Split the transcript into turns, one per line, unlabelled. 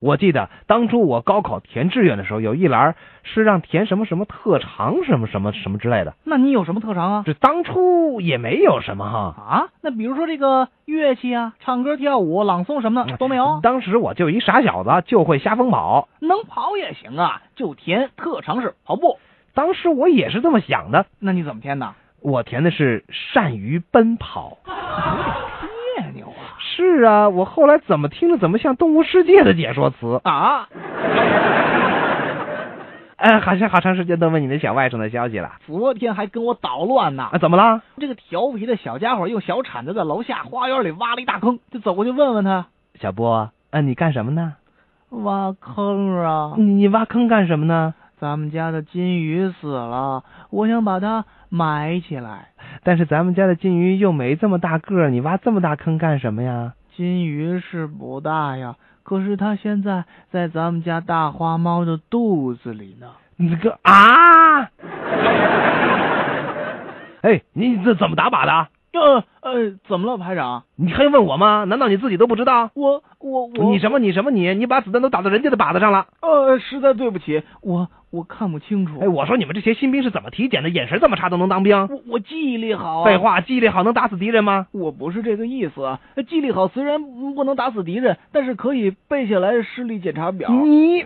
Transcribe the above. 我记得当初我高考填志愿的时候，有一栏是让填什么什么特长什么什么什么之类的。
那你有什么特长啊？
这当初也没有什么哈，
啊，那比如说这个乐器啊，唱歌、跳舞、朗诵什么的都啊没有，
当时我就一傻小子，就会瞎疯跑。
能跑也行啊，就填特长是跑步。
当时我也是这么想的，
那你怎么填的？
我填的是善于奔跑。
别扭啊！
是啊，我后来怎么听着怎么像动物世界的解说词。
啊，
哎，好像好长时间都问你的小外甥的消息了。
昨天还跟我捣乱呢
啊，。怎么了？
这个调皮的小家伙用小铲子在楼下花园里挖了一大坑，就走过去问问他
小波，啊，你干什么呢？
挖坑啊
你你挖坑干什么呢？
咱们家的金鱼死了，我想把它埋起来。
但是咱们家的金鱼又没这么大个儿，你挖这么大坑干什么呀？
金鱼是不大呀，可是它现在在咱们家大花猫的肚子里呢。
你这个啊！哎，你这怎么打靶的？
呃呃，怎么了，排长？
你还问我吗？难道你自己都不知道？
我我我，
你什么你什么你？你把子弹都打到人家的靶子上了！
呃，实在对不起，我我看不清楚。
哎，我说你们这些新兵是怎么体检的？眼神这么差都能当兵？
我我记忆力好、啊。
废，话，记忆力好能打死敌人吗？
我不是这个意思啊。记忆力好虽然不能打死敌人，但是可以背下来视力检查表。
你，